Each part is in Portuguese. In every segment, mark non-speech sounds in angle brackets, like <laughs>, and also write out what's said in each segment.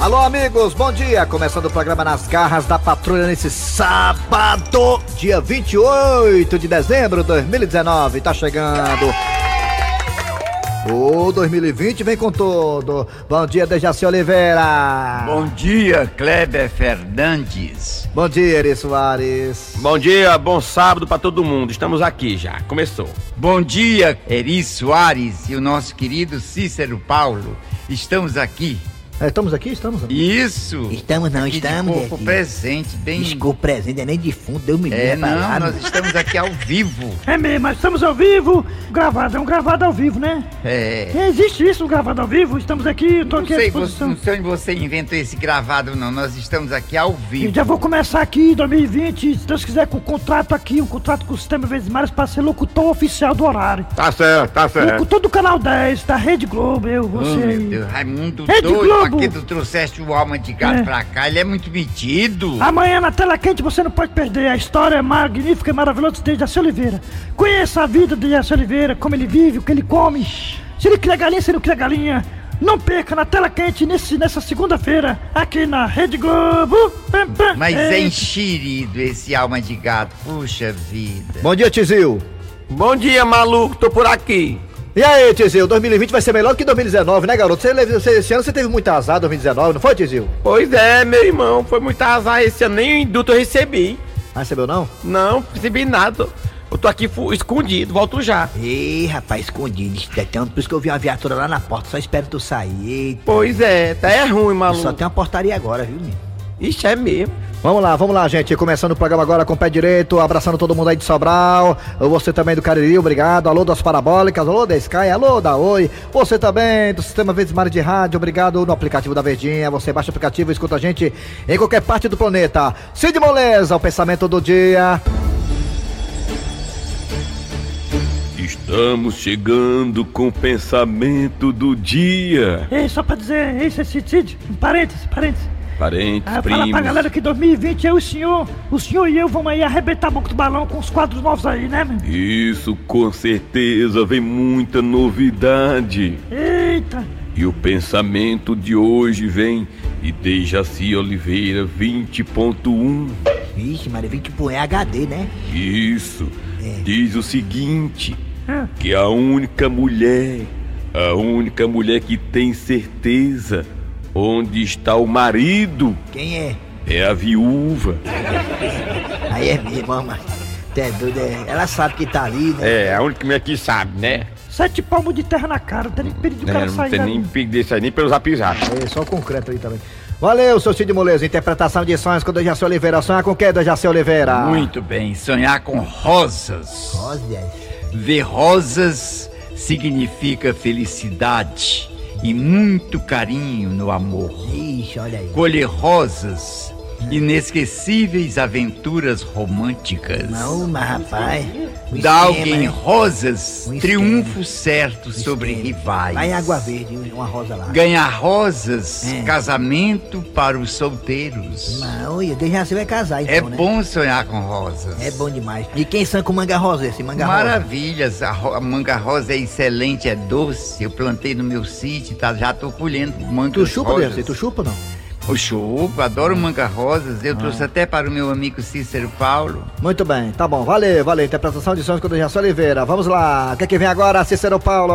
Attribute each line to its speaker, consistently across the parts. Speaker 1: Alô, amigos, bom dia. Começando o programa Nas Garras da Patrulha nesse sábado, dia 28 de dezembro de 2019. Tá chegando. O 2020 vem com todo. Bom dia, Dejaci Oliveira.
Speaker 2: Bom dia, Kleber Fernandes.
Speaker 1: Bom dia, Eri Soares.
Speaker 3: Bom dia, bom sábado pra todo mundo. Estamos aqui já. Começou.
Speaker 2: Bom dia, Eri Soares e o nosso querido Cícero Paulo. Estamos aqui.
Speaker 1: É, estamos aqui? Estamos?
Speaker 2: Isso.
Speaker 4: Estamos não,
Speaker 2: Aqui de
Speaker 4: estamos.
Speaker 2: corpo
Speaker 4: Dezinho.
Speaker 2: presente, bem.
Speaker 4: Desculpa, presente, é nem de fundo, deu me
Speaker 2: É,
Speaker 4: livre a
Speaker 2: não,
Speaker 4: palavra.
Speaker 2: nós estamos aqui ao vivo.
Speaker 5: É mesmo, mas estamos ao vivo, gravado, é um gravado ao vivo, né?
Speaker 2: É.
Speaker 5: Existe isso, um gravado ao vivo, estamos aqui, eu tô
Speaker 2: Não
Speaker 5: aqui à
Speaker 2: sei, você,
Speaker 5: disposição.
Speaker 2: não sei onde você inventou esse gravado, não. Nós estamos aqui ao
Speaker 5: E
Speaker 2: vivo.
Speaker 5: já vou começar aqui em 2020, se Deus quiser, com um contrato aqui, um contrato com o Sistema Vezes Mais para ser locutor oficial do horário.
Speaker 3: Tá certo, tá certo.
Speaker 5: Locutor do Canal 10, da Rede Globo, eu,
Speaker 2: Oh,
Speaker 5: você
Speaker 2: É. meu
Speaker 5: aí.
Speaker 2: Deus, Raimundo
Speaker 5: Rede
Speaker 2: doido, pra
Speaker 5: Globo.
Speaker 2: que tu trouxeste o alma de gato
Speaker 5: É. Ah,
Speaker 2: pra cá? Ele é muito metido.
Speaker 5: Amanhã na tela quente você não pode perder. A história é magnífica e maravilhosa de Jaci Oliveira. Conheça a vida de Jaci Oliveira, como ele vive, o que ele come. Se ele cria galinha, se ele não cria galinha. Não perca na tela quente nesse, nessa segunda-feira, aqui na Rede Globo. Pam, pam.
Speaker 2: Mas é
Speaker 5: Ei,
Speaker 2: enxerido esse alma de gato, puxa vida.
Speaker 1: Bom dia, Tizil.
Speaker 3: Bom dia, maluco. Tô por aqui.
Speaker 1: E aí, Tizil, 2020 vai ser melhor do que 2019, né, garoto? Você, leve- você- esse ano você teve muito azar, 2019, não foi, Tizil?
Speaker 3: Pois é, meu irmão. Foi muito azar esse ano. Nem o induto eu recebi.
Speaker 1: Ah, recebeu não?
Speaker 3: Não, recebi nada. Eu tô aqui fu- escondido. Volto já.
Speaker 4: Ih, rapaz, escondido, isso é tanto. Por isso que eu vi uma viatura lá na porta, só espero tu sair.
Speaker 3: Pois é. Tá é ruim,
Speaker 4: Eita, Só
Speaker 3: maluco.
Speaker 4: tem uma portaria agora, viu, menino?
Speaker 3: Ixi, é mesmo.
Speaker 1: Vamos lá, vamos lá, gente. Começando o programa agora com o pé direito, abraçando todo mundo aí de Sobral. Você também do Cariri, obrigado. Alô das Parabólicas, alô da Sky, alô da Oi. Você também do Sistema Verdes Mares de Rádio, obrigado no aplicativo da Verdinha. Você baixa o aplicativo e escuta a gente em qualquer parte do planeta. Cid Moleza, o pensamento do dia.
Speaker 6: Estamos chegando com o pensamento do dia.
Speaker 5: Ei, só pra dizer, ei, Cid, Cid, Cid, um parênteses, parênteses.
Speaker 6: Parentes,
Speaker 5: Ah, fala pra
Speaker 6: primos.
Speaker 5: galera que 2020 eu e é o senhor, o senhor e eu vamos aí arrebentar a boca do balão com os quadros novos aí, né, meu?
Speaker 6: Isso com certeza vem muita novidade.
Speaker 5: Eita,
Speaker 6: E o pensamento de hoje vem de Dejaci Oliveira 20.1.
Speaker 4: Vixe, Maria, vim tipo é HD, né?
Speaker 5: um.
Speaker 6: Isso
Speaker 5: É.
Speaker 6: diz o seguinte:
Speaker 5: Ah.
Speaker 6: que a única mulher, a única mulher que tem certeza onde está o marido
Speaker 4: Quem é?
Speaker 6: é a viúva.
Speaker 4: Aí é minha mamãe. Até doido, é. Ela sabe que tá ali, né?
Speaker 3: É, a única mulher que sabe, né?
Speaker 5: sete palmos de terra na cara, não tem nem perigo do cara
Speaker 3: É, não
Speaker 5: sair
Speaker 3: tem
Speaker 5: dali.
Speaker 3: nem perigo disso aí, nem pelo zap zap.
Speaker 1: É, só o concreto aí também. Valeu, seu Cid Moleza. Interpretação de sonhos com o Dejaci Oliveira. Sonha com o que, Dejaci Oliveira?
Speaker 2: Ah. Muito bem, sonhar com rosas.
Speaker 4: Olha,
Speaker 2: Ver rosas significa felicidade e muito carinho no amor.
Speaker 4: Ixi, olha aí.
Speaker 2: Colher rosas, inesquecíveis aventuras românticas.
Speaker 4: Não, mas rapaz. o
Speaker 2: Dá
Speaker 4: esquema,
Speaker 2: alguém
Speaker 4: hein?
Speaker 2: rosas,
Speaker 4: O esquema.
Speaker 2: triunfo certo sobre
Speaker 4: esquema.
Speaker 2: rivais.
Speaker 4: Vai em Água Verde, uma rosa lá.
Speaker 2: Ganhar rosas,
Speaker 4: É.
Speaker 2: casamento para os solteiros.
Speaker 4: Mas olha, Dejaci vai casar, então,
Speaker 2: É
Speaker 4: né?
Speaker 2: bom sonhar com rosas.
Speaker 4: É bom demais. E quem sanca o manga rosa, esse manga rosa?
Speaker 2: Maravilhas, a, ro- a manga rosa é excelente, é doce. Eu plantei no meu sítio, tá, já tô colhendo manga
Speaker 1: Tu chupa,
Speaker 2: rosa.
Speaker 1: Dejaci? Tu chupa ou não?
Speaker 2: Eu chupo,
Speaker 4: Hum.
Speaker 2: adoro manga rosas.
Speaker 4: Ah.
Speaker 2: Eu trouxe até para o meu amigo Cícero Paulo.
Speaker 1: Muito bem, tá bom. Valeu, valeu. Interpretação de sonhos com o Dejaci Oliveira. Vamos lá. O que, é que vem agora, Cícero Paulo?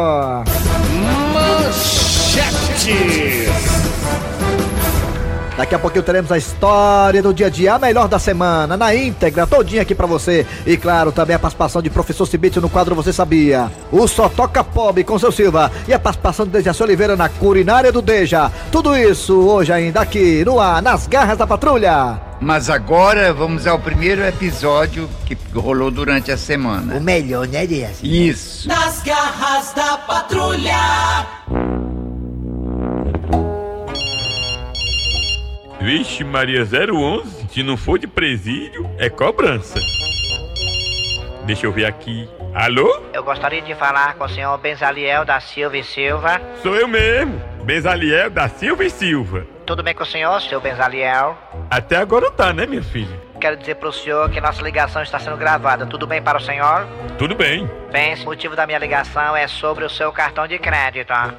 Speaker 1: Daqui a pouquinho teremos a história do dia a dia, a melhor da semana, na íntegra, todinha aqui pra você. E claro, também a participação de professor Cibite no quadro Você Sabia. O Só Toca Pobre com seu Silva e a participação de Dejaci Oliveira na culinária do Deja. Tudo isso hoje ainda aqui no ar, nas garras da patrulha.
Speaker 2: Mas agora vamos ao primeiro episódio que rolou durante a
Speaker 4: O
Speaker 2: semana.
Speaker 4: melhor, né, Dejaci?
Speaker 2: Isso.
Speaker 7: Nas garras da patrulha.
Speaker 6: Vixe, Maria 011, se não for de presídio, é cobrança. Deixa eu ver aqui. Alô?
Speaker 8: Eu gostaria de falar com o senhor Benzaliel da Silva e Silva.
Speaker 6: Sou eu mesmo, Bezaliel da Silva e Silva.
Speaker 8: Tudo bem com o senhor, seu Benzaliel?
Speaker 6: Até agora tá, né, minha filha? <laughs>
Speaker 8: Quero dizer pro senhor que nossa ligação está sendo gravada. Tudo bem para o senhor?
Speaker 6: Tudo bem.
Speaker 8: Bem, o motivo da minha ligação é sobre o seu cartão de crédito. ó.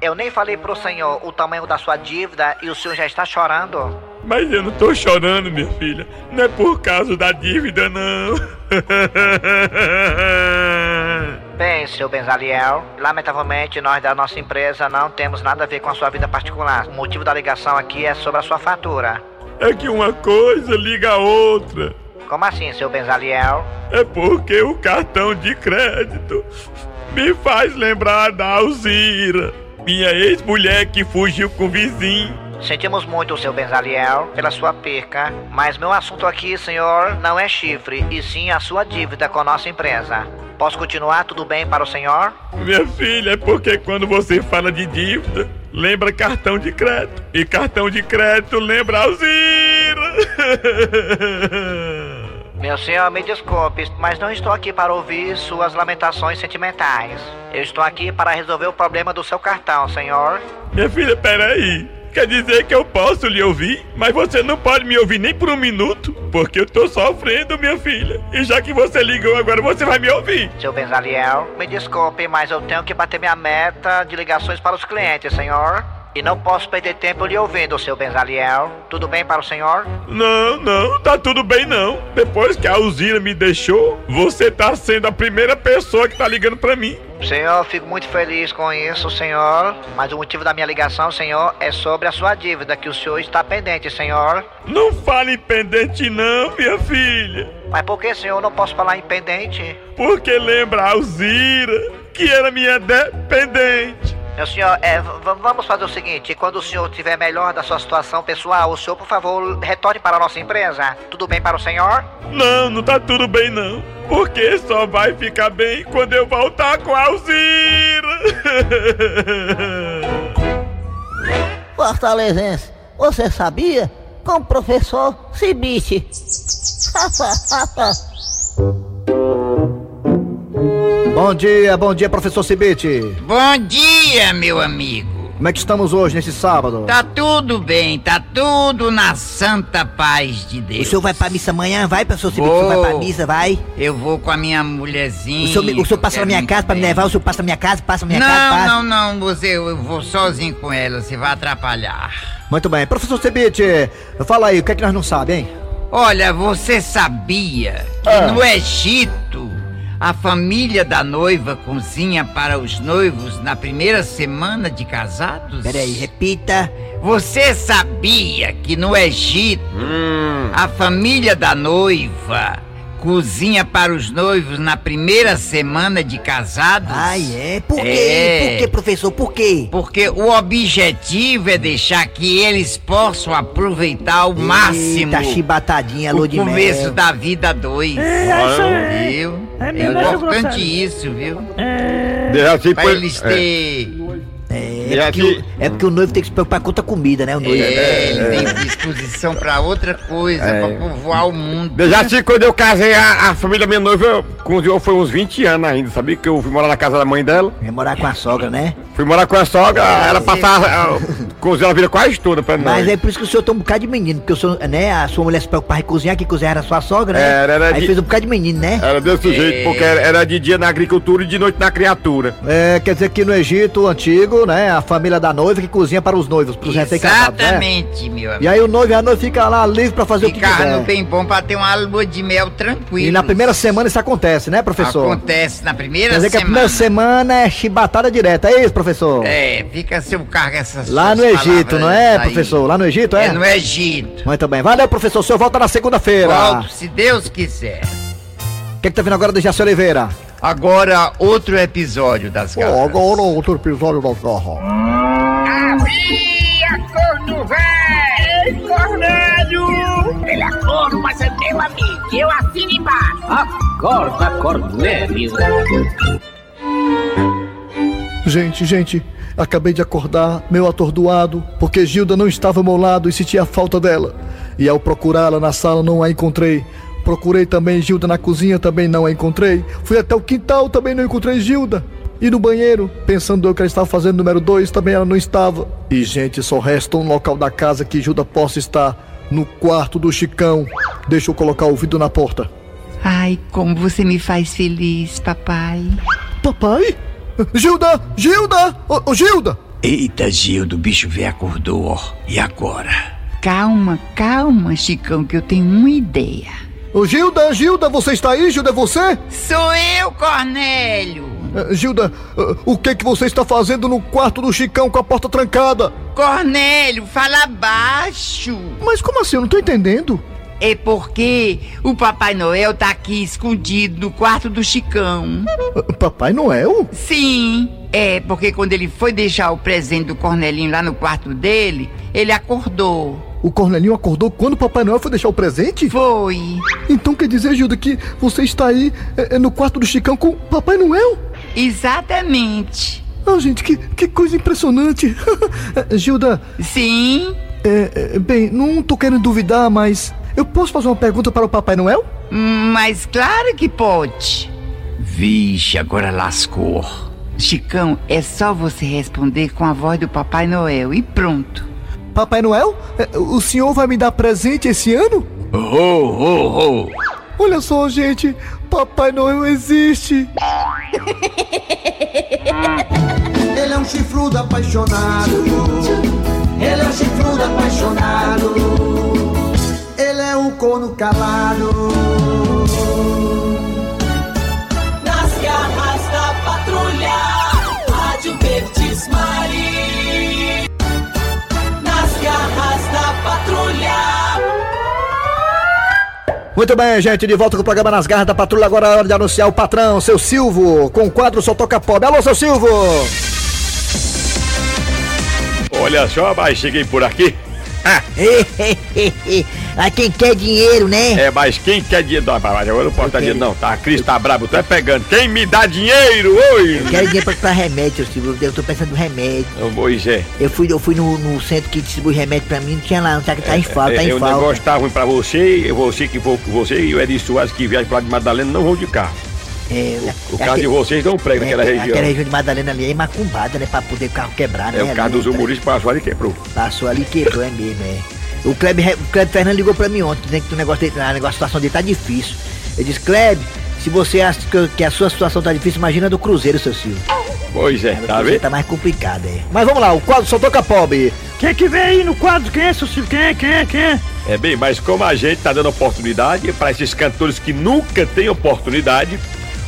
Speaker 8: Eu nem falei pro senhor o tamanho da sua dívida e o senhor já está chorando.
Speaker 6: Mas eu não tô chorando, minha filha. Não é por causa da dívida, não. <laughs> É.
Speaker 8: Bem, seu Benzaliel, lamentavelmente nós da nossa empresa não temos nada a ver com a sua vida particular. O motivo da ligação aqui é sobre a sua fatura.
Speaker 6: É que uma coisa liga a outra.
Speaker 8: Como assim, seu Benzaliel?
Speaker 6: É porque o cartão de crédito me faz lembrar da Alzira, minha ex-mulher que fugiu com o vizinho.
Speaker 8: Sentimos muito, seu Benzaliel, pela sua perca, mas meu assunto aqui, senhor, não é chifre, e sim a sua dívida com a nossa empresa. Posso continuar tudo bem para o senhor?
Speaker 6: Minha filha, é porque quando você fala de dívida, lembra cartão de crédito. E cartão de crédito lembra <laughs> Alzira.
Speaker 8: Meu senhor, me desculpe, mas não estou aqui para ouvir suas lamentações sentimentais. Eu estou aqui para resolver o problema do seu cartão, senhor.
Speaker 6: Minha filha, peraí. Quer dizer que eu posso lhe ouvir, mas você não pode me ouvir nem por um minuto, porque eu tô sofrendo, minha filha. E já que você ligou agora, você vai me ouvir.
Speaker 8: Seu Benzaliel, me desculpe, mas eu tenho que bater minha meta de ligações para os clientes, senhor. E não posso perder tempo lhe ouvindo, seu Benzaliel. Tudo bem para o senhor?
Speaker 6: Não, não, tá tudo bem não. Depois que a Alzira me deixou, você tá sendo a primeira pessoa que tá ligando pra mim.
Speaker 8: Senhor, fico muito feliz com isso, senhor. Mas o motivo da minha ligação, senhor, é sobre a sua dívida que o senhor está pendente, senhor.
Speaker 6: Não fale em pendente não, minha filha.
Speaker 8: Mas por que, senhor, não posso falar em pendente?
Speaker 6: Porque lembra a Alzira, que era minha dependente.
Speaker 8: Meu senhor, é, v- v- vamos fazer o seguinte: quando o senhor tiver melhor da sua situação pessoal, o senhor, por favor, retorne para a nossa empresa. Tudo bem para o senhor?
Speaker 6: Não, não tá tudo bem não. Porque só vai ficar bem quando eu voltar com a <laughs> Alzira.
Speaker 4: Fortalezense, você sabia? Com o professor Cibite.
Speaker 1: Bom dia, bom dia, professor Cibite.
Speaker 2: Bom dia, meu amigo.
Speaker 1: Como é que estamos hoje, nesse sábado?
Speaker 2: Tá tudo bem, tá tudo na santa paz de
Speaker 4: <laughs> O
Speaker 2: Deus.
Speaker 4: senhor vai pra missa amanhã? Vai, professor Cibite? O senhor vai pra missa, vai?
Speaker 2: Eu vou com a minha
Speaker 4: O
Speaker 2: mulherzinha.
Speaker 4: senhor, me- o senhor passa
Speaker 2: quero
Speaker 4: na minha
Speaker 2: muito
Speaker 4: casa pra me
Speaker 2: bem.
Speaker 4: levar? O senhor passa na minha casa, passa na minha casa, passa?
Speaker 2: Não, não, não, você, eu vou sozinho com ela, você vai atrapalhar.
Speaker 1: Muito bem, professor Cibite, fala aí, o que é que nós não sabemos, hein?
Speaker 2: Olha, você sabia que no Egito a família da noiva cozinha para os noivos na primeira semana de casados?
Speaker 4: Peraí, repita.
Speaker 2: Você sabia que no Egito a família da noiva cozinha para os noivos na primeira semana de casados?
Speaker 4: Ai, é? Por quê?
Speaker 2: É.
Speaker 4: Por quê, professor? Por quê?
Speaker 2: Porque o objetivo é deixar que eles possam aproveitar ao máximo
Speaker 4: Eita, chibatadinha,
Speaker 2: o
Speaker 4: lua de
Speaker 2: começo
Speaker 4: mel.
Speaker 2: da vida dois.
Speaker 5: É, é isso aí.
Speaker 2: Viu?
Speaker 5: É
Speaker 2: É
Speaker 5: mesmo, né, seu
Speaker 2: importante
Speaker 5: Gonçalo?
Speaker 2: isso, viu?
Speaker 3: Deixa assim,
Speaker 2: Pra
Speaker 3: pois-
Speaker 2: eles
Speaker 3: é.
Speaker 2: terem
Speaker 4: É, porque o, é porque o noivo tem que se preocupar com outra comida, né? O noivo.
Speaker 2: é, eles têm disposição pra outra coisa, pra povoar o mundo.
Speaker 3: Dejaci, quando eu casei, a, a família da minha noiva cozinhou foi uns 20 anos ainda, sabia? Que eu fui morar na casa da mãe dela,
Speaker 4: É morar com a sogra, né? é
Speaker 3: fui morar com a sogra, ela passava, ah, ela cozinhou a vida quase toda pra nós.
Speaker 4: Mas é por isso que o senhor tem um bocado de menino, porque o senhor, né, a sua mulher se preocupava em cozinhar, que cozinhar era sua sogra, né?
Speaker 3: Era, era
Speaker 4: Aí
Speaker 3: de-
Speaker 4: fez um bocado de menino, né?
Speaker 3: Era desse jeito, porque era, era de dia na agricultura e de noite na criatura.
Speaker 1: É, quer dizer que no Egito antigo, né, a família da noiva que cozinha para os noivos, para os recém-casados, né?
Speaker 2: Exatamente, meu
Speaker 1: E
Speaker 2: amigo.
Speaker 1: aí o noivo e a noiva ficam lá livre para fazer o que
Speaker 2: Ficar no
Speaker 1: quiser.
Speaker 2: bem bom pra ter uma lua de mel tranquila.
Speaker 1: E na primeira semana isso acontece, né, professor?
Speaker 2: Acontece na primeira
Speaker 1: Quer dizer que a
Speaker 2: semana.
Speaker 1: primeira semana é chibatada direta, é isso, professor?
Speaker 2: É, fica a seu cargo essas
Speaker 1: Lá no
Speaker 2: suas
Speaker 1: Egito, não é,
Speaker 2: palavras aí.
Speaker 1: professor? Lá no Egito,
Speaker 2: É
Speaker 1: é?
Speaker 2: no Egito.
Speaker 1: Muito bem. Valeu, professor. O senhor volta na segunda-feira.
Speaker 2: Volto, se Deus quiser.
Speaker 1: O que, é que tá vindo agora do Jaci Oliveira?
Speaker 2: Agora, outro episódio das garras.
Speaker 1: outro episódio do Zorro.
Speaker 9: Havia corno velho! Ei, Cornélio! Ele é corno, mas é assim, meu amigo, eu assino embaixo!
Speaker 7: Ah.
Speaker 9: Acorda, né, Cornélio!
Speaker 1: Gente, gente, acabei de acordar, meu atordoado, porque Gilda não estava ao meu lado e sentia falta dela. E ao procurá-la na sala não a encontrei. Procurei também Gilda na cozinha, também não a encontrei. Fui até o quintal, também não encontrei Gilda. E no banheiro, pensando eu que ela estava fazendo número 2, também ela não estava. E gente, só resta um local da casa que Gilda possa estar, no quarto do Chicão. Deixa eu colocar o ouvido na porta.
Speaker 10: Ai, como você me faz feliz, papai.
Speaker 11: Papai? Gilda! Gilda! Ô, ô, Gilda!
Speaker 2: Eita, Gildo, o bicho veio acordou, ó. E agora? Calma, calma, Chicão, que eu tenho uma ideia.
Speaker 11: Ô, Gilda! Gilda, você está aí? Gilda, é você?
Speaker 2: Sou eu, Cornélio!
Speaker 11: Eh, Gilda, eh, o que que você está fazendo no quarto do Chicão com a porta trancada?
Speaker 2: Cornélio, fala baixo!
Speaker 11: Mas como assim? Eu não tô entendendo.
Speaker 2: É porque o Papai Noel tá aqui escondido no quarto do Chicão.
Speaker 11: Eh, Papai Noel?
Speaker 2: Sim, é porque quando ele foi deixar o presente do Cornelinho lá no quarto dele, ele acordou.
Speaker 11: O Cornelinho acordou quando o Papai Noel foi deixar o presente?
Speaker 2: Foi.
Speaker 11: Então quer dizer, Gilda, que você está aí eh, eh, no quarto do Chicão com o Papai Noel?
Speaker 2: Exatamente.
Speaker 11: Ah, gente, que, que coisa impressionante. <laughs> Eh, Gilda,
Speaker 2: Sim,
Speaker 11: É, é, bem, não tô querendo duvidar, mas eu posso fazer uma pergunta para o Papai Noel?
Speaker 2: Hum, mas claro que pode. Vixe, agora lascou. Chicão, é só você responder com a voz do Papai Noel e pronto.
Speaker 11: Papai Noel, é, o senhor vai me dar presente esse ano?
Speaker 2: Ho, ho, ho.
Speaker 11: Olha só, gente, Papai Noel existe.
Speaker 7: Ele é um chifrudo apaixonado. Ele é um chifrudo apaixonado. Ele é um corno calado. Nas garras da patrulha, Rádio Verdes Mari. Nas garras da patrulha.
Speaker 11: Muito bem, gente, de volta com o programa Nas Garras da Patrulha. Agora é hora de anunciar o patrão, seu Silvio, com o quadro Só Toca Pobre. Alô, seu Silvio!
Speaker 3: Olha só, mas cheguei por aqui.
Speaker 4: <laughs> A quem quer dinheiro, né?
Speaker 3: É, mas quem quer dinheiro? Não, mas eu não posso dar dinheiro, não, tá? A Cris tá brabo, tu é pegando. Quem me dá dinheiro? Oi!
Speaker 4: Quero dinheiro pra comprar remédio, seu Silvio. Eu tô pensando em remédio.
Speaker 3: Ô, Moisés,
Speaker 4: Eu fui, eu fui no, no centro que distribui remédio pra mim, não tinha lá, não tá, tá em falta, tá
Speaker 3: é,
Speaker 4: em
Speaker 3: o
Speaker 4: falta.
Speaker 3: negócio tá ruim pra você, você que for com você e o Eri Soares que viaja pra lá de Madalena não vão de carro.
Speaker 4: É,
Speaker 3: O
Speaker 4: aquele-
Speaker 3: carro de vocês não prega naquela
Speaker 4: é,
Speaker 3: região.
Speaker 4: Aquela região de Madalena ali é macumbada, né? Pra poder o carro quebrar, né?
Speaker 3: É o carro
Speaker 4: Ali,
Speaker 3: dos humoristas passou ali e quebrou.
Speaker 4: Passou ali e quebrou, é mesmo, é. O Kleber, Re- o Kleber Fernando ligou pra mim ontem, dizendo que o negócio, dele, a negócio- a situação dele tá difícil. Eu disse, Kleber, se você acha que, que a sua situação tá difícil, imagina a do Cruzeiro, seu Silvio.
Speaker 3: Pois é,
Speaker 4: O
Speaker 3: tá
Speaker 4: Cruzeiro
Speaker 3: vendo?
Speaker 4: tá mais complicado, é.
Speaker 11: Mas vamos lá, o quadro Só Toca Pobre.
Speaker 5: Quem é que vem aí no quadro? <laughs> Quem é, seu Silvio? Quem é? Quem é? Quem é?
Speaker 3: É bem, mas como a gente tá dando oportunidade para esses cantores que nunca têm oportunidade,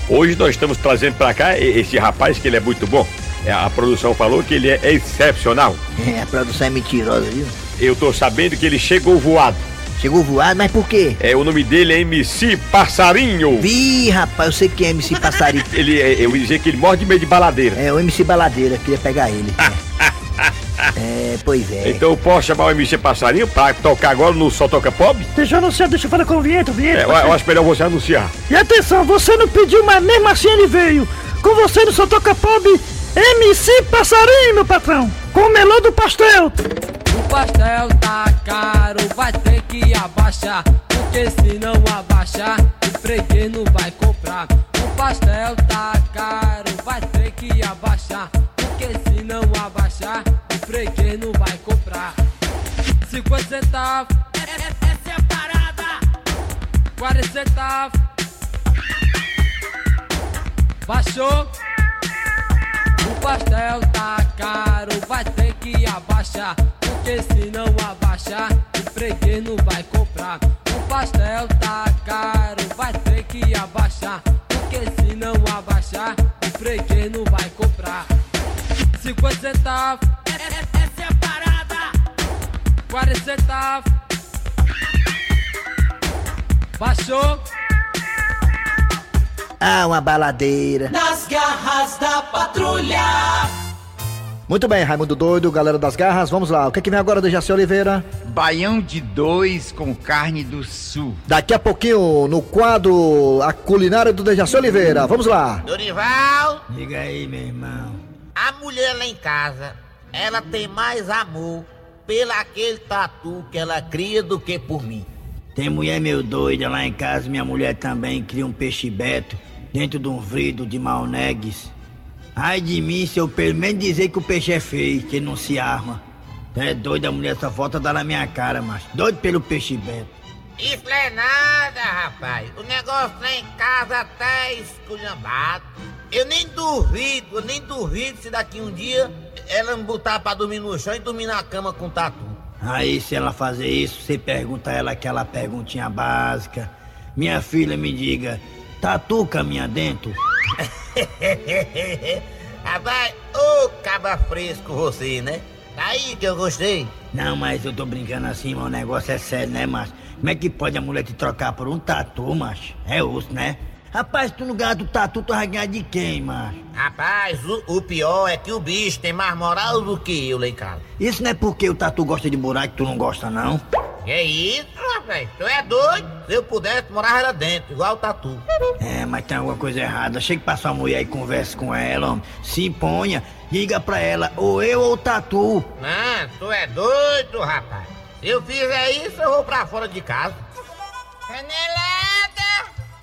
Speaker 3: hoje nós estamos trazendo para cá e- esse rapaz que ele é muito bom. É, A produção falou que ele é excepcional.
Speaker 4: É, A produção é mentirosa, viu?
Speaker 3: Eu tô sabendo que ele chegou voado.
Speaker 4: Chegou voado, mas por quê?
Speaker 3: É, o nome dele é MC Passarinho.
Speaker 4: Vi, rapaz, eu sei que é MC Passarinho.
Speaker 3: Ele, é- eu ia dizer que ele morre de meio de baladeira. Ah.
Speaker 4: É o MC Baladeira, queria pegar ele. é, pois é.
Speaker 3: Então eu posso chamar o MC Passarinho para tocar agora no Só Toca Pop?
Speaker 5: Deixa eu anunciar, deixa eu falar com o vinheta, o vinheta.
Speaker 3: É, eu, eu acho melhor você anunciar.
Speaker 5: E atenção, você não pediu, mas mesmo assim ele veio. Com você no Sotoca Pop, MC Passarinho, meu patrão. Com o melão do pastel.
Speaker 10: O pastel tá caro, vai ter que abaixar. Porque se não abaixar, o freguês não vai comprar. O pastel tá caro, vai ter que abaixar. Porque se não abaixar, o freguês não vai comprar. 50 centavos, é- é- essa é a parada. 40 centavos, baixou. O pastel tá caro, vai ter que abaixar. Porque se não abaixar, o freguês não vai comprar. O pastel tá caro, vai ter que abaixar. Porque se não abaixar, o freguês não vai comprar. 50 centavos, é- é- essa é a parada. 40 centavos, baixou.
Speaker 4: Ah, uma baladeira.
Speaker 7: Nas garras da patrulha.
Speaker 11: Muito bem, Raimundo Doido, galera das garras, vamos lá. O que, que vem agora do Jaci Oliveira?
Speaker 2: Baião de dois com carne do sul.
Speaker 11: Daqui a pouquinho, no quadro A Culinária do Dejaci Oliveira. Vamos lá.
Speaker 12: Dorival,
Speaker 4: Diga aí, meu irmão.
Speaker 12: a mulher lá em casa, ela tem mais amor pelo aquele tatu que ela cria do que por mim.
Speaker 4: Tem mulher meio doida lá em casa, minha mulher também cria um peixe beto dentro de um vrido de malnegues. Ai de mim se eu pelo menos dizer que o peixe é feio, que ele não se arma. Tu É doida, a mulher só falta dar na minha cara, macho. Doido pelo peixe beto.
Speaker 12: Isso é nada, rapaz. O negócio lá em casa tá esculhambado. Eu nem duvido, eu nem duvido se daqui um dia ela me botar pra dormir no chão e dormir na cama com tatu. <laughs>
Speaker 13: Aí, se ela fazer isso, você pergunta a ela aquela perguntinha básica. Minha filha, me diga, tatu caminha dentro?
Speaker 12: rapaz, ô caba fresco você, né? Aí que eu gostei.
Speaker 13: Não, mas eu tô brincando assim, mas o negócio é sério, né, macho? Como é que pode a mulher te trocar por um tatu, macho? É osso, né? Rapaz, tu no lugar do tatu, tu vai ganhar de quem, macho?
Speaker 12: Rapaz, o, o pior é que o bicho tem mais moral do que eu lá em casa.
Speaker 13: Isso não é porque o tatu gosta de buraco e tu não gosta, não?
Speaker 12: Que É isso, rapaz? Tu é doido? Se eu pudesse, morava lá dentro, igual o tatu.
Speaker 13: É, mas tem alguma coisa errada. Chega pra sua mulher e converse com ela, homem. Se imponha, diga pra ela, ou eu ou o tatu.
Speaker 12: Não, tu é doido, rapaz. Se eu fizer isso, eu vou pra fora de casa.
Speaker 9: Panelada!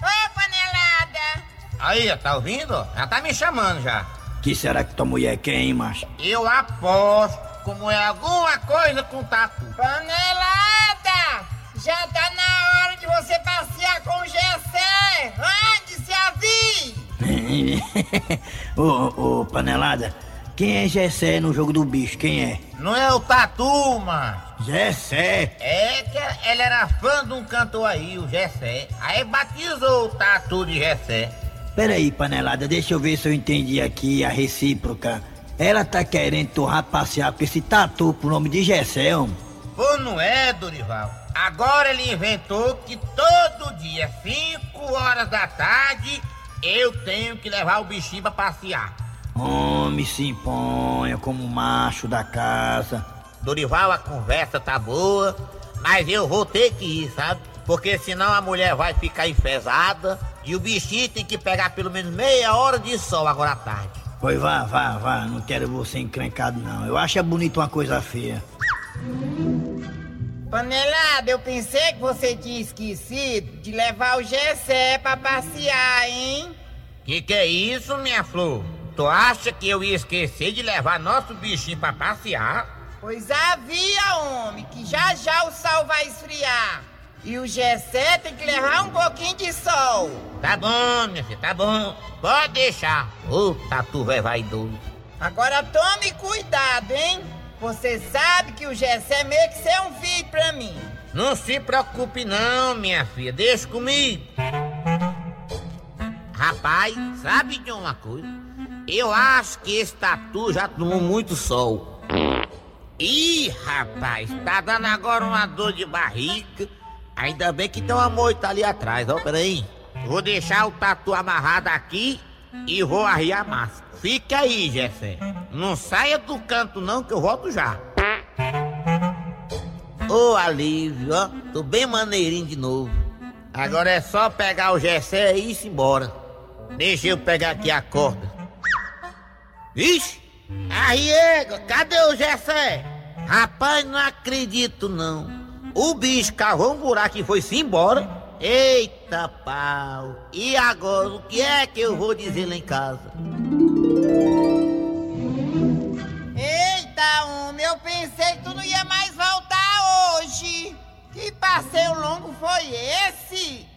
Speaker 9: Ô, panelada!
Speaker 12: Aí, ó, tá ouvindo? Ela tá me chamando já.
Speaker 13: Que será que tua mulher quer, hein, macho?
Speaker 12: Eu aposto como é alguma coisa com tatu.
Speaker 9: Panelada! Já tá na hora de você passear com o Gessé! Antes, se avie!
Speaker 13: ô, <laughs> ô, panelada, quem é Gessé no jogo do bicho? Quem é?
Speaker 12: Não é o tatu, mano.
Speaker 13: Gessé?
Speaker 12: É que ele era fã de um cantor aí, o Gessé. Aí batizou o tatu de Gessé.
Speaker 13: Peraí, panelada, deixa eu ver se eu entendi aqui a recíproca. Ela tá querendo tu passear com esse tatu pro nome de Gessé, homem.
Speaker 12: Pô, não é, Dorival? Agora ele inventou que todo dia, 5 horas da tarde, eu tenho que levar o bichinho pra passear.
Speaker 13: Homem, se imponha como um macho da casa.
Speaker 12: Dorival, a conversa tá boa, mas eu vou ter que ir, sabe? Porque senão a mulher vai ficar enfesada e o bichinho tem que pegar pelo menos meia hora de sol agora à tarde.
Speaker 13: Pois vá, vá, vá, não quero você encrencado, não. Eu acho é bonito uma coisa feia.
Speaker 9: Panelada, eu pensei que você tinha esquecido de levar o Gessé pra passear, hein?
Speaker 12: Que que é isso, minha flor? Tu acha que eu ia esquecer de levar nosso bichinho pra passear?
Speaker 9: Pois havia, homem, que já já o sol vai esfriar. E o Gessé tem que levar um pouquinho de sol.
Speaker 12: Tá bom, minha filha, tá bom. Pode deixar. Ô, tatu vai vaidoso.
Speaker 9: Agora tome cuidado, hein? Você sabe que o Gessé é meio que ser um filho pra mim.
Speaker 12: Não se preocupe não, minha filha. Deixa comigo. Rapaz, sabe de uma coisa? Eu acho que esse tatu já tomou muito sol. Ih, rapaz, tá dando agora uma dor de barriga. Ainda bem que tem uma moita ali atrás, ó, peraí. Vou deixar o tatu amarrado aqui e vou arriar a massa. Fica aí, Jessé. Não saia do canto não que eu volto já. Ô, alívio, ó. Tô bem maneirinho de novo. Agora é só pegar o Jessé e ir embora. Deixa eu pegar aqui a corda. Vixe! Aí, ego, cadê o Jessé? Rapaz, não acredito não. O bicho cavou um buraco e foi-se embora. Eita pau! E agora, o que é que eu vou dizer lá em casa?
Speaker 9: Eita, homem, eu pensei que tu não ia mais voltar hoje. Que passeio longo foi esse?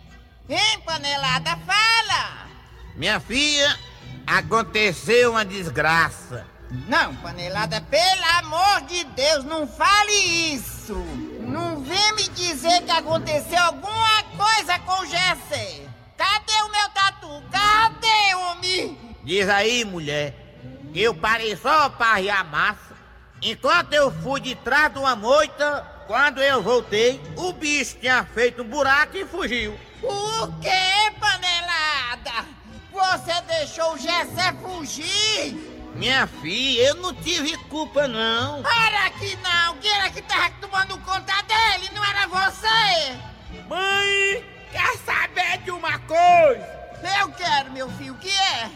Speaker 9: Hein, panelada, fala!
Speaker 12: Minha filha, aconteceu uma desgraça.
Speaker 9: Não, panelada, pelo amor de Deus, não fale isso! Não vem me dizer que aconteceu alguma coisa com o Jesse! Cadê o meu tatu? Cadê, homem?
Speaker 12: Diz aí, mulher, que eu parei só para arriar massa. Enquanto eu fui de trás de uma moita, quando eu voltei, o bicho tinha feito um buraco e fugiu.
Speaker 9: O que, panelada? Você deixou o Jessé fugir?
Speaker 12: Minha filha, eu não tive culpa, não.
Speaker 9: Era que não, que era que tava tomando conta dele, não era você?
Speaker 12: Mãe, quer saber de uma coisa?
Speaker 9: Eu quero, meu filho, o que é?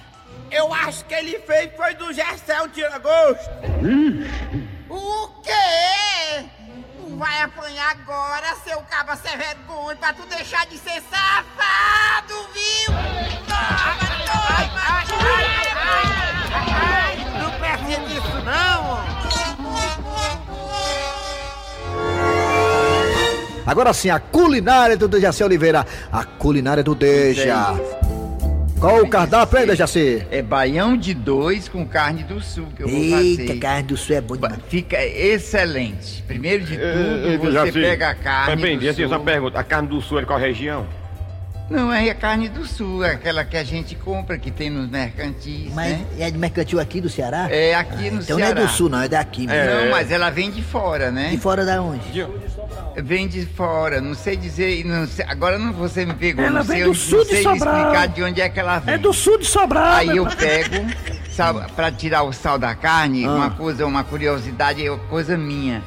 Speaker 12: Eu acho que ele fez foi do Jessé o tira-gosto.
Speaker 9: O quê? Tu vai apanhar agora, seu caba sem vergonha, pra tu deixar de ser safado, viu? Toma, toma, toma!
Speaker 12: Não precisa disso, não.
Speaker 1: Agora sim, a culinária do Dejaci Oliveira. A culinária do Deja. Qual o cardápio, hein, Dejaci?
Speaker 2: É baião de dois com carne do sul que eu vou
Speaker 4: Eita,
Speaker 2: fazer.
Speaker 4: carne do sul é bom demais.
Speaker 2: Fica excelente. Primeiro de
Speaker 6: É,
Speaker 2: tudo,
Speaker 6: Ei,
Speaker 2: você
Speaker 6: Dejaci,
Speaker 2: pega a carne
Speaker 6: Mas, bem,
Speaker 2: do
Speaker 6: Dejaci,
Speaker 2: sul.
Speaker 6: só pergunta, a carne do sul é de qual região?
Speaker 2: Não, é a carne do sul, é aquela que a gente compra, que tem nos mercantis,
Speaker 4: Mas
Speaker 2: né?
Speaker 4: é de mercantil aqui do Ceará?
Speaker 2: É aqui no
Speaker 4: Então
Speaker 2: Ceará.
Speaker 4: não é do sul, não, é daqui mesmo.
Speaker 2: Não, mas ela vem de fora, né?
Speaker 4: E fora da onde?
Speaker 2: Vem de fora, não sei dizer, e não sei- agora não você me pegou,
Speaker 5: Ela
Speaker 2: não sei,
Speaker 5: vem do
Speaker 2: onde-
Speaker 5: sul
Speaker 2: não
Speaker 5: de
Speaker 2: sei lhe
Speaker 5: Sobral.
Speaker 2: explicar de onde é que ela vem.
Speaker 5: É do sul de Sobral.
Speaker 2: Aí
Speaker 5: meu
Speaker 2: eu
Speaker 5: pai.
Speaker 2: pego, para tirar o sal da
Speaker 4: Ah.
Speaker 2: carne, uma coisa, uma curiosidade, é uma coisa minha.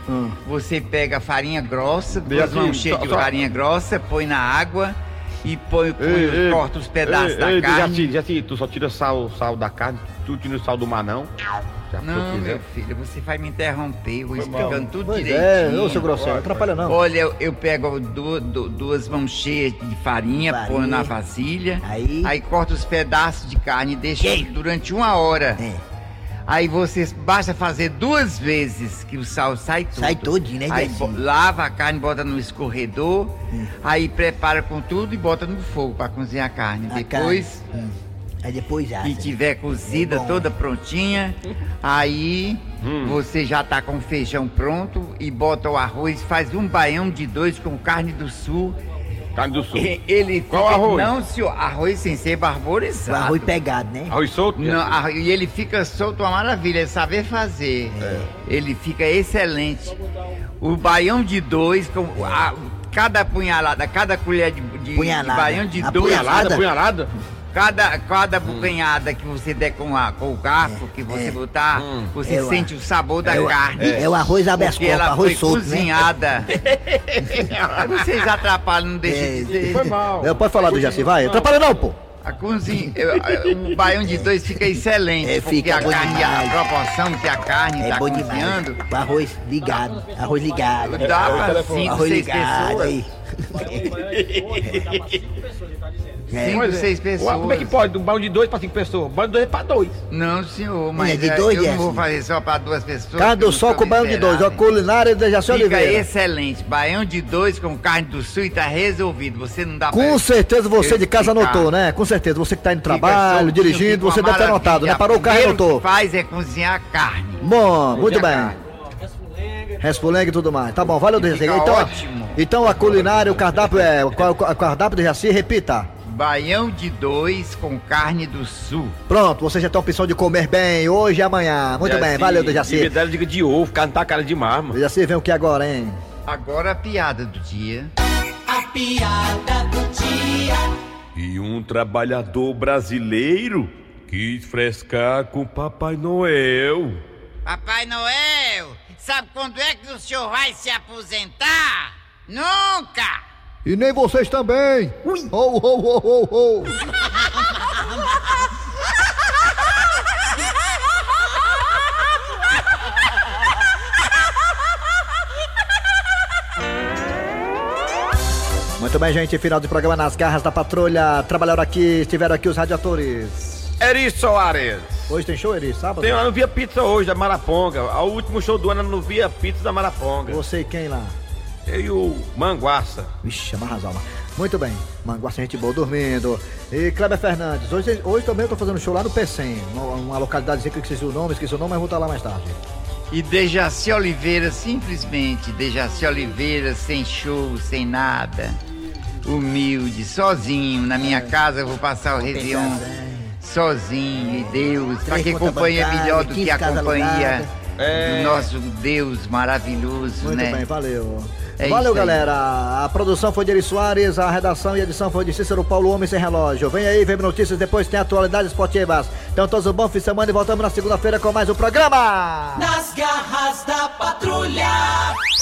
Speaker 2: Você pega farinha grossa, duas
Speaker 6: Beatriz,
Speaker 2: mãos cheias
Speaker 6: só-
Speaker 2: de
Speaker 6: só-
Speaker 2: farinha grossa, põe na água e põe,
Speaker 6: É,
Speaker 2: põe os-
Speaker 6: Ei, ei,
Speaker 2: corta os pedaços
Speaker 6: ei,
Speaker 2: da
Speaker 6: ei,
Speaker 2: carne.
Speaker 6: Dejaci, Dejaci, assim, tu só tira sal, sal da carne, tu tira o sal do mar, não? Já né?
Speaker 2: Não,
Speaker 6: tu quiser.
Speaker 2: meu filho, você vai me interromper, eu vou explicando tudo
Speaker 1: Pois
Speaker 2: direitinho.
Speaker 1: é, ô, seu grosseiro, não atrapalha não.
Speaker 2: Olha, eu, eu pego du- du- duas mãos cheias de farinha,
Speaker 4: Farinha.
Speaker 2: ponho na vasilha,
Speaker 4: Aí?
Speaker 2: aí corto os pedaços de carne e deixo durante uma hora. Aí você basta fazer duas vezes que o sal sai tudo.
Speaker 4: Sai todinho, né,
Speaker 2: Aí
Speaker 4: Zezinho?
Speaker 2: bo- lava a carne, bota no escorredor, aí prepara com tudo e bota no fogo para cozinhar a carne. é Depois
Speaker 4: Hum. Aí depois ah, assa.
Speaker 2: que tiver cozida toda prontinha, aí
Speaker 6: Hum.
Speaker 2: você já tá com o feijão pronto e bota o arroz, faz um baião de dois com carne do sul.
Speaker 6: Carne do sul.
Speaker 2: E- Ele
Speaker 6: Qual
Speaker 2: fica-
Speaker 6: arroz?
Speaker 2: Não, senhor, arroz sem ser
Speaker 4: O
Speaker 2: barborizado.
Speaker 4: arroz pegado, né?
Speaker 6: <laughs> Arroz solto?
Speaker 2: Não, arro- e ele fica solto uma maravilha, é saber fazer.
Speaker 6: É.
Speaker 2: Ele fica excelente. O baião de dois, com a- cada punhalada, cada colher de, de, de
Speaker 4: Punhalada.
Speaker 2: baião de
Speaker 4: A
Speaker 2: dois.
Speaker 4: punhalada?
Speaker 6: Punhalada?
Speaker 2: Cada, cada
Speaker 6: Hum.
Speaker 2: bocanhada que você der com, a, com o garfo que você botar,
Speaker 6: Hum.
Speaker 2: você
Speaker 4: É o-
Speaker 2: sente o sabor da
Speaker 4: é o-
Speaker 2: carne.
Speaker 4: é o arroz habeas
Speaker 2: Porque ela
Speaker 4: corpus,
Speaker 2: foi
Speaker 4: arroz solto, né?
Speaker 2: cozinhada.
Speaker 4: <laughs>
Speaker 2: Vocês atrapalham, não deixam de dizer.
Speaker 6: Foi mal.
Speaker 1: É, pode falar, Dejaci, vai. Atrapalha não, pô.
Speaker 2: A cozinha, eu- eu- o baião de dois fica excelente,
Speaker 4: É,
Speaker 2: porque
Speaker 4: fica
Speaker 2: a
Speaker 4: bom
Speaker 2: carne, a
Speaker 4: demais.
Speaker 2: proporção que a carne
Speaker 4: É
Speaker 2: está
Speaker 4: bom
Speaker 2: cozinhando,
Speaker 4: demais. O arroz ligado. Arroz ligado.
Speaker 2: dá para cinco,
Speaker 4: Arroz
Speaker 2: seis
Speaker 4: ligado
Speaker 2: pessoas.
Speaker 4: aí.
Speaker 1: né?
Speaker 2: Cinco,
Speaker 6: Pois é.
Speaker 2: seis
Speaker 6: Ué, Como é que
Speaker 2: pessoas.
Speaker 6: pode? Um balde de dois pra cinco pessoas. Um balde de dois é pra dois.
Speaker 2: Não, senhor,
Speaker 4: É
Speaker 2: mas
Speaker 4: de
Speaker 2: é,
Speaker 4: dois,
Speaker 2: eu não vou
Speaker 4: Gerson.
Speaker 2: fazer só para duas pessoas.
Speaker 1: assim. Cada
Speaker 2: eu não
Speaker 1: sol
Speaker 2: sou
Speaker 1: com baião de dois. Ó,
Speaker 2: miserável.
Speaker 1: culinária do Dejaci
Speaker 2: né? Fica
Speaker 1: Oliveira.
Speaker 2: excelente. Baião de dois com carne do sul e tá resolvido. Você não dá
Speaker 1: Com
Speaker 2: pra-
Speaker 1: certeza você de casa
Speaker 2: explicar.
Speaker 1: anotou, né? Com certeza, você que tá indo no
Speaker 2: Fica
Speaker 1: trabalho,
Speaker 2: soltinho,
Speaker 1: dirigindo,
Speaker 2: fica uma
Speaker 1: você deve ter
Speaker 2: maravilha.
Speaker 1: anotado, né? Parou o carro e
Speaker 2: Primeiro
Speaker 1: anotou.
Speaker 2: que faz é cozinhar a carne.
Speaker 1: Bom, muito
Speaker 2: Cozinhar a
Speaker 1: bem.
Speaker 2: carne.
Speaker 1: Respolengue e tudo mais. Tá bom, valeu, Dejaci.
Speaker 2: fica
Speaker 1: Então,
Speaker 2: ótimo.
Speaker 1: então a culinária, o cardápio é. O ca- o cardápio do Dejaci, repita.
Speaker 2: Baião de dois com carne do sul.
Speaker 1: Pronto, você já tem a opção de comer bem hoje e amanhã. Ah, Muito bem, valeu,
Speaker 6: E
Speaker 1: Dejaci.
Speaker 6: me deram dica de ovo, cara, não tá cara de mar, mano.
Speaker 1: Dejaci, vem o que agora, hein?
Speaker 2: Agora a piada do dia.
Speaker 14: A piada do dia.
Speaker 6: E um trabalhador brasileiro quis frescar com Papai Noel.
Speaker 9: Papai Noel, sabe quando é que o senhor vai se aposentar? Nunca!
Speaker 1: E nem vocês também. Oh, oh, oh, oh, oh. Muito bem, gente. Final de programa nas garras da patrulha. Trabalharam aqui, estiveram aqui os radiatores.
Speaker 6: Eri Soares.
Speaker 1: Hoje tem show, Eri? Sábado?
Speaker 6: Tem, eu não via pizza hoje da Maraponga. O último show do ano eu não via pizza da Maraponga.
Speaker 1: Você e quem lá?
Speaker 6: Eu e o Manguaça.
Speaker 1: Vixe, é amarra as almas. Muito bem. Manguaça, gente boa, dormindo. E Kleber Fernandes. Hoje, hoje também eu tô fazendo show lá no PECEM. Uma, uma localidade que eu esqueci o nome, esqueci o nome, mas vou estar lá mais tarde.
Speaker 2: E Dejaci Oliveira, simplesmente Dejaci Oliveira, sem show, sem nada. Humilde, sozinho. Na
Speaker 1: É.
Speaker 2: minha casa eu vou passar o Réveillon sozinho. E Deus, pra
Speaker 4: Três
Speaker 2: que
Speaker 4: conta
Speaker 2: companhia
Speaker 4: bancária,
Speaker 2: melhor do
Speaker 4: 15
Speaker 2: que a
Speaker 4: casa
Speaker 2: companhia
Speaker 4: alugada.
Speaker 2: do nosso Deus maravilhoso,
Speaker 1: É. Muito
Speaker 2: né?
Speaker 1: bem, valeu.
Speaker 2: É
Speaker 1: valeu,
Speaker 2: isso aí.
Speaker 1: galera. A produção foi de Eri Soares, a redação e edição foi de Cícero Paulo Homem Sem Relógio. Vem aí, vem notícias, depois tem atualidades esportivas. Então todos um bom fim de semana e voltamos na segunda-feira com mais um programa.
Speaker 14: Nas garras da patrulha.